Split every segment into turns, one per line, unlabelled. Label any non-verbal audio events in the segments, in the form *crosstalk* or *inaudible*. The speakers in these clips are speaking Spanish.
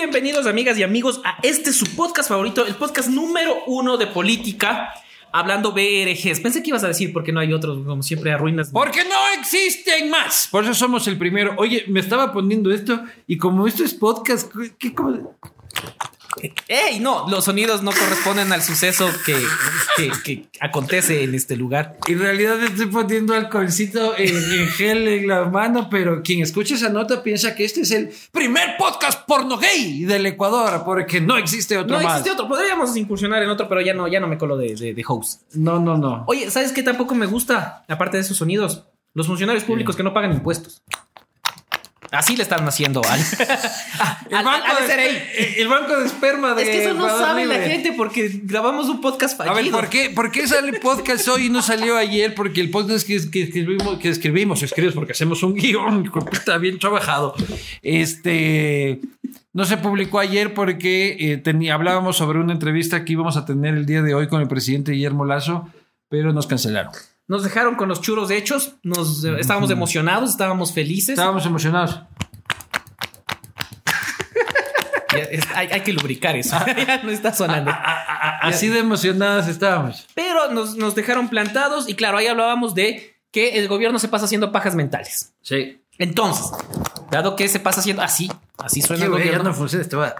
bienvenidos, amigas y amigos, a este su podcast favorito, el podcast número uno de política, hablando BRGs. Pensé que ibas a decir porque no hay otros, como siempre arruinas.
Porque no existen más. Por eso somos el primero. Oye, me estaba poniendo esto y como esto es podcast, ¿qué como?
¡Ey! No, los sonidos no corresponden al suceso que, que, que acontece en este lugar.
En realidad estoy poniendo alcoholcito en, en gel en la mano, pero quien escucha esa nota piensa que este es el primer podcast porno gay del Ecuador, porque no existe otro
No
más.
existe otro, podríamos incursionar en otro, pero ya no, ya no me colo de, de- de host.
No, no, no.
Oye, ¿sabes qué tampoco me gusta? Aparte de esos sonidos, los funcionarios públicos que no pagan impuestos. Así le están haciendo *laughs* al, Ah, al, al- al
de,
SRI.
el banco de esperma de
Es que eso no
Ecuador
sabe la
Libre.
gente porque grabamos un podcast
A
fallido.
ver, ¿por qué, ¿por qué sale podcast hoy y no salió ayer? Porque el podcast que, que escribimos, que escribimos, escribimos porque hacemos un guión, *laughs* hijo de puta, bien trabajado. Este no se publicó ayer porque eh, teni- hablábamos sobre una entrevista que íbamos a tener el día de hoy con el presidente Guillermo Lazo, pero nos cancelaron.
Nos dejaron con los churos hechos, nos eh, estábamos emocionados, estábamos felices.
Estábamos emocionados.
Ya, es- hay, hay que lubricar eso. *laughs* ya no está sonando.
A- ah, Así de emocionadas estábamos.
Pero nos, nos dejaron plantados y claro, ahí hablábamos de que el gobierno se pasa haciendo pajas mentales.
Sí.
Entonces, dado que se pasa haciendo así, así suena
Ya
el gobierno.
no funciona este esto. va.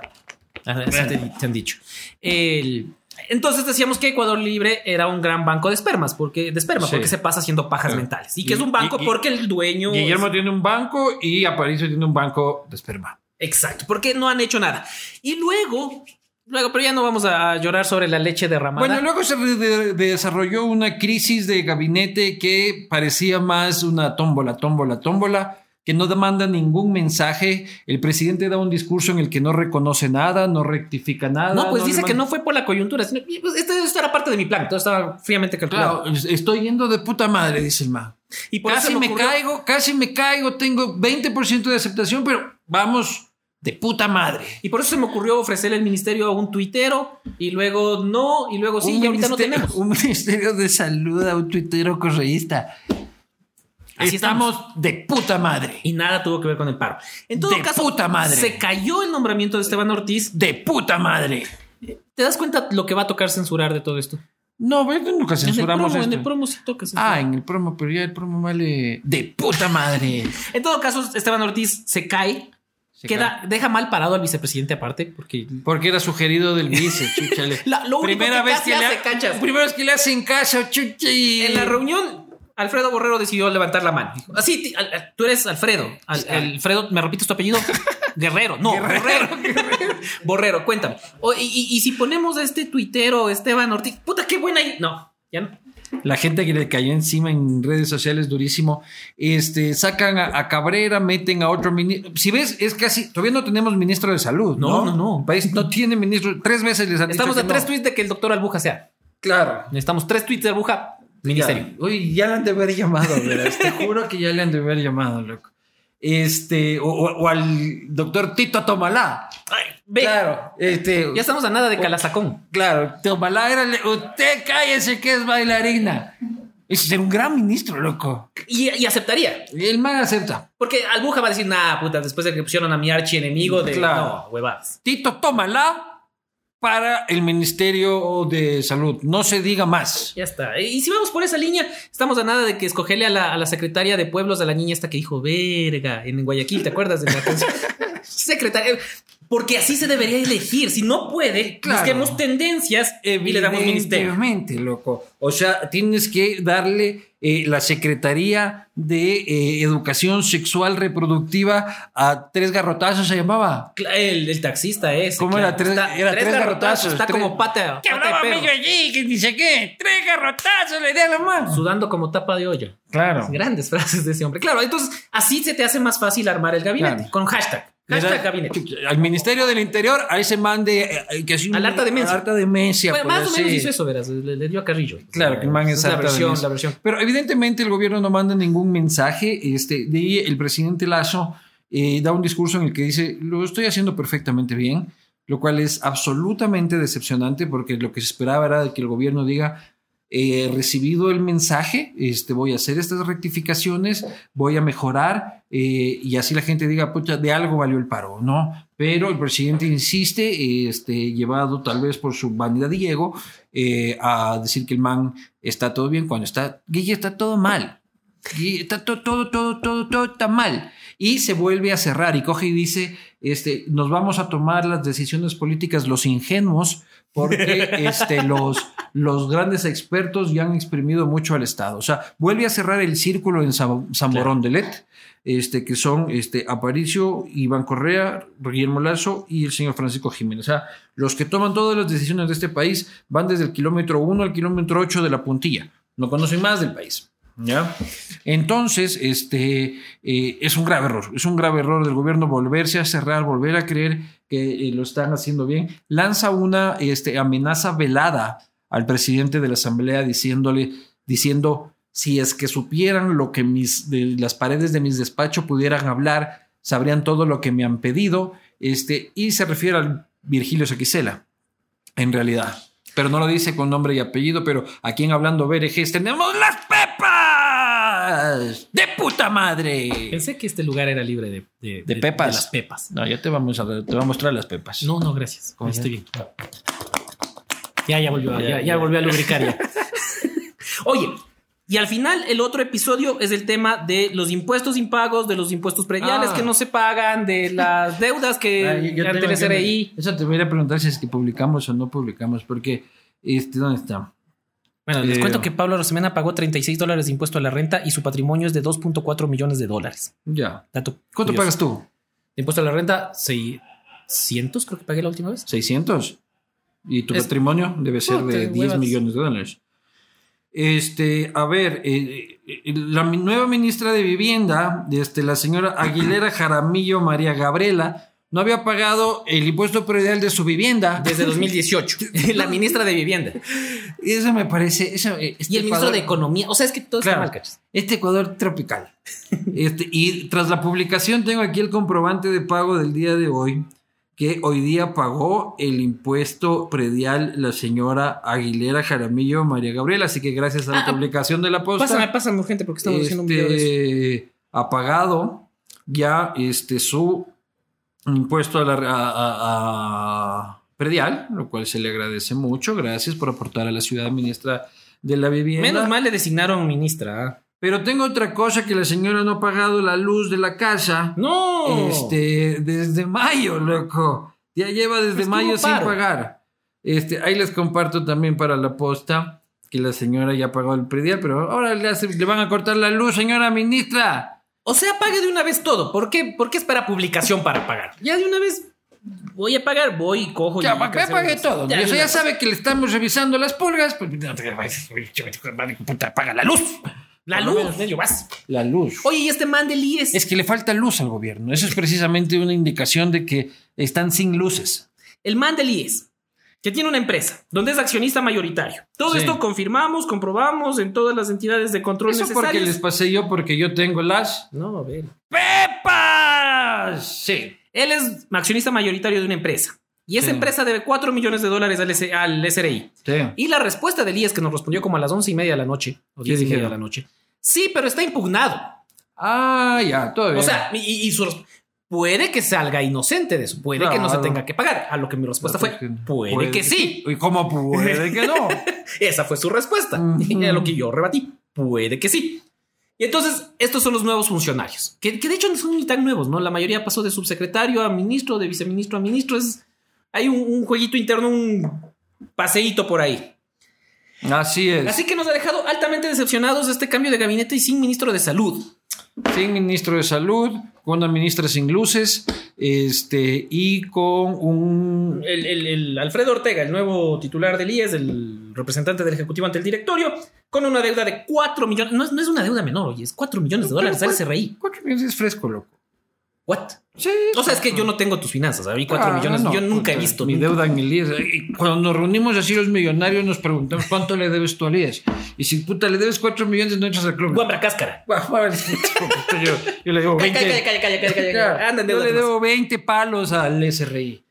Ajá, eso Ah, te, te han dicho. El- entonces decíamos que Ecuador Libre era un gran banco de espermas, porque de esperma,
Sí.
porque se pasa haciendo pajas
Claro.
mentales. Y
Y-
que es un banco
y- y-
porque el dueño.
Guillermo
es-
tiene un banco y Aparicio tiene un banco de esperma.
exacto, porque no han hecho nada. Y luego, luego, pero ya no vamos a llorar sobre la leche derramada.
Bueno, luego se re- de- desarrolló una crisis de gabinete que parecía más una tómbola, tómbola, tómbola, que no demanda ningún mensaje. El presidente da un discurso en el que no reconoce nada, no rectifica nada.
no, pues
le
dice que
manda-
no fue por la coyuntura. sino- y, pues, esto, esto era parte de mi plan, todo estaba fríamente calculado.
Claro, es- estoy yendo de puta madre, dice el ma.
Y por eso
Casi
le
me
ocurrió-
caigo, casi me caigo, tengo 20% de aceptación, pero vamos de puta madre.
Y por eso se me ocurrió ofrecerle el ministerio a un tuitero y luego no, y luego Pues sí,
Un
y ahorita no
ministerio-
tenemos.
*laughs* Un ministerio de salud a un tuitero correísta.
Así
estamos, de puta madre.
y nada tuvo que ver con el paro. En todo
De
caso,
puta madre.
se cayó el nombramiento de Esteban Ortiz.
De puta madre.
¿Te das cuenta lo que va a tocar censurar de todo esto?
No, ve que nunca censuramos
en el promo, en el
esto.
promo sí toca censurar.
Ah, en el promo, pero ya el promo vale de puta madre.
En todo caso, Esteban Ortiz se cae,
Se
queda, deja mal parado al vicepresidente aparte, porque
cae. Porque era sugerido
*laughs*
del vice, chúchale.
La- lo único que casi hace
ha-
canchas.
Primera vez que le hacen caso, chuchi.
en la reunión. Alfredo Borrero decidió levantar la mano. Dijo, Así, ti- al- al- tú eres Alfredo. Al- Alfredo, ¿me repites tu *laughs* apellido? Guerrero. No, Borrero. *laughs* Borrero, cuéntame. O- y, y- y si ponemos a este tuitero, Esteban Ortiz, puta, qué buena. i- No, ya no.
La gente que le cayó encima en redes sociales durísimo. Este, sacan a, a Cabrera, meten a otro ministro. Si ves, es casi, todavía no tenemos ministro de salud.
No,
No,
no, no.
El País no tiene ministro. Tres veces les han dicho
Estamos
que
a tres
no.
tweets de que el doctor Albuja sea.
Claro.
Necesitamos tres tweets de Albuja, ministerio.
Ya. Uy, ya le han de haber llamado,
*laughs*
verás. Te juro que ya le han de haber llamado, loco. Este, o, o- o al doctor Tito Tomalá.
Ve,
Claro, este.
ya estamos a nada de Calazacón.
Claro, Tomalá era. le- Usted cállese que es bailarina. Ese es un gran ministro, loco.
Y, y aceptaría.
Y el man acepta.
Porque Albuja va a decir, nah, puta, después de que pusieron a mi archienemigo de.
Claro.
No, huevadas.
Tito Tomalá para el Ministerio de Salud. No se diga más.
Ya está. Y si vamos por esa línea, estamos a nada de que escogerle a la, a la secretaria de pueblos, a la niña esta que dijo, verga, en Guayaquil, ¿te acuerdas de la *laughs* canción? secretaria. Porque así se debería elegir. Si no puede,
Claro.
busquemos tendencias y le damos ministerio.
Evidentemente, loco. O sea, tienes que darle eh, la Secretaría de eh, Educación Sexual Reproductiva a tres garrotazos, se llamaba.
Cla- El, el taxista es.
¿Cómo era? Tres- era tres garrotazos,
Está
tres-
como pata. pata de perro,
allí, que dice qué, tres garrotazos, le di a la mano.
Sudando como tapa de olla.
Claro.
Grandes *laughs* frases de ese hombre. Claro, entonces así se te hace más fácil armar el gabinete
Claro.
con hashtag.
Le da-
Hashtag gabinete.
Al Ministerio del Interior, a ese man de. eh, que es un-
Al harta demencia.
al harta demencia,
Bueno, más
pues,
o menos
sí.
hizo eso, verás. Le, le dio a Carrillo.
Claro, que el man es
Esa es la
harta
versión,
demencia.
la versión.
Pero evidentemente el gobierno no manda ningún mensaje. Este, de ahí el presidente Lazo eh, da un discurso en el que dice, lo estoy haciendo perfectamente bien, lo cual es absolutamente decepcionante porque lo que se esperaba era de que el gobierno diga, eh, recibido el mensaje, este, voy a hacer estas rectificaciones, voy a mejorar eh, y así la gente diga, pucha, de algo valió el paro, ¿no? pero el presidente insiste, este, llevado tal vez por su vanidad y ego, eh, a decir que el man está todo bien cuando está, Guille está todo mal. Guille, está todo, todo, todo, todo, todo está mal. Y se vuelve a cerrar y coge y dice, este, nos vamos a tomar las decisiones políticas los ingenuos porque este, los, los grandes expertos ya han exprimido mucho al Estado. O sea, vuelve a cerrar el círculo en Sam- Zamorón de Let, este, que son este, Aparicio, Iván Correa, Guillermo Lazo y el señor Francisco Jiménez. O sea, los que toman todas las decisiones de este país van desde el kilómetro 1 al kilómetro 8 de la puntilla. No conocen más del país. ¿Ya? Entonces, este eh, es un grave error, es un grave error del gobierno volverse a cerrar, volver a creer que eh, lo están haciendo bien. Lanza una este, amenaza velada al presidente de la asamblea diciéndole, diciendo, si es que supieran lo que mis, de las paredes de mis despachos pudieran hablar, sabrían todo lo que me han pedido, este, y se refiere al Virgilio Saquicela, en realidad. Pero no lo dice con nombre y apellido, pero aquí en Hablando BRGs tenemos las pepas de puta madre.
Pensé que este lugar era libre de, de,
De pepas.
las pepas.
No, ya te vamos a, te voy a mostrar las pepas.
No, no, gracias.
¿Cómo
Estoy bien. Ya, ya volvió, ya, ya volvió a lubricar. ya. *laughs* Oye, y al final el otro episodio es el tema de los impuestos impagos, de los impuestos prediales
Ah.
que no se pagan, de las deudas *laughs* que
Ah, yo- yo
antes
tengo
les era
que-
ahí.
Eso te voy a ir a preguntar si es que publicamos o no publicamos, porque este, ¿dónde está?
Bueno, les
Eh.
cuento que Pablo Rosemena pagó 36 dólares de impuesto a la renta y su patrimonio es de 2.4 millones de dólares.
Ya.
Dato
¿Cuánto
curioso.
pagas tú?
De impuesto a la renta, 600 creo que pagué la última *laughs* vez.
¿600? Y tu
Es-
patrimonio debe ser
Puta,
de 10
huevas.
millones de dólares. Este, a ver, eh, eh, la mi- nueva ministra de Vivienda, este, la señora Aguilera Jaramillo María Gabriela, no había pagado el impuesto predial de su vivienda.
Desde 2018. la ministra *laughs* de Vivienda.
Y Eso me parece. eso, eh, este
Y el ministro
Ecuador-
de Economía. O sea, es que todo
Claro.
está mal, cachas.
Este Ecuador tropical. Este, y tras la publicación tengo aquí el comprobante de pago del día de hoy, que hoy día pagó el impuesto predial la señora Aguilera Jaramillo María Gabriela, así que gracias a la
Ah, ah,
publicación de la posta,
Pásame, pásame, gente, porque estamos haciendo un video de eso.
este, ha pagado ya este, su impuesto a la, a- a- a predial, lo cual se le agradece mucho. Gracias por aportar a la ciudad ministra de la vivienda.
Menos mal le designaron ministra. ¿ah?
Pero tengo otra cosa que la señora no ha pagado la luz de la casa.
No.
Este, desde mayo, loco. Ya lleva desde
Estuvo
mayo sin
paro.
pagar. Este, ahí les comparto también para la posta que la señora ya pagó el predial, pero ahora le, hace- le van a cortar la luz, señora ministra.
O sea, pague de una vez todo. ¿Por qué? Porque es para publicación para pagar. Ya de una vez voy a pagar, voy y cojo.
Ya,
y
para que
cancelo
pague
los-
todo.
Ya,
Ya,
de
ya
una vez.
sabe que le estamos revisando las pulgas. Pues, no te- puta, paga la luz.
La
Por lo
luz,
menos.
medio vas.
La luz.
Oye, y este man del IES.
Es que le falta luz al gobierno. Eso es precisamente una indicación de que están sin luces.
El man del IES, que tiene una empresa, donde es accionista mayoritario. Todo
Sí.
esto confirmamos, comprobamos en todas las entidades de control
Eso porque
necesarias.
les pasé yo, porque yo tengo las
No, a ver.
pepas. Sí.
Él es accionista mayoritario de una empresa. Y esa
Sí.
empresa debe 4 millones de dólares al, S- al SRI. Y la respuesta del IES, que nos respondió como a las 11 y media de la noche, o
¿Qué
10 y media de
dijeron?
la noche. Sí, pero está impugnado.
Ah, ya, todo bien.
O sea, y, y- y su resp- puede que salga inocente de eso, puede que no se
Claro.
tenga que pagar. A lo que mi respuesta fue, puede, que sí.
¿Y cómo puede
*laughs*
que no?
Esa fue su respuesta. *laughs*
Ujú.
A lo que yo rebatí, puede que sí. Y entonces, estos son los nuevos funcionarios, que, que de hecho no son ni tan nuevos, ¿no? La mayoría pasó de subsecretario a ministro, de viceministro a ministro. Es, hay un, un jueguito interno, un paseíto por ahí.
Así es.
Así que nos ha dejado altamente decepcionados este cambio de gabinete y sin ministro de salud.
Sin ministro de salud, con una ministra sin luces, este, y con un.
el, el- el Alfredo Ortega, el nuevo titular del IES, el representante del Ejecutivo ante el directorio, con una deuda de 4 millones. No es, no es una deuda menor, oye, es 4 millones de
Pero,
dólares al
¿cuál?
SRI.
Cuatro millones es fresco, loco.
¿What?
Sí.
O sea, es que yo no tengo tus finanzas, a mí 4
Ah,
millones
no,
yo nunca he
puta,
visto.
Mi
nunca.
deuda en el IES. Y Cuando nos reunimos así los millonarios, nos preguntamos cuánto le debes tú al IES. Y si puta le debes 4 millones, no entras al club.
Guambra cáscara.
*laughs* Guau, guau, el chico, puta, yo, yo le debo
Calla,
20.
calla, calla, calla, calla, calla, calla. Anda, en
yo
deuda
le
nomás.
debo 20 palos al SRI.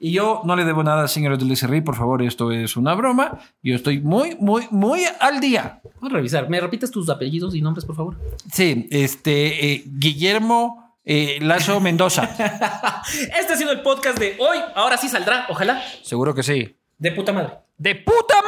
Y yo no le debo nada, señores del SRI. Por favor, esto es una broma. Yo estoy muy, muy, muy al día.
Voy a revisar. ¿Me repites tus apellidos y nombres, por favor?
Sí, este, eh, Guillermo Eh, Lazo Mendoza.
Este ha sido el podcast de hoy. Ahora sí saldrá, ojalá.
*laughs* Seguro que sí.
De puta madre.
¡De puta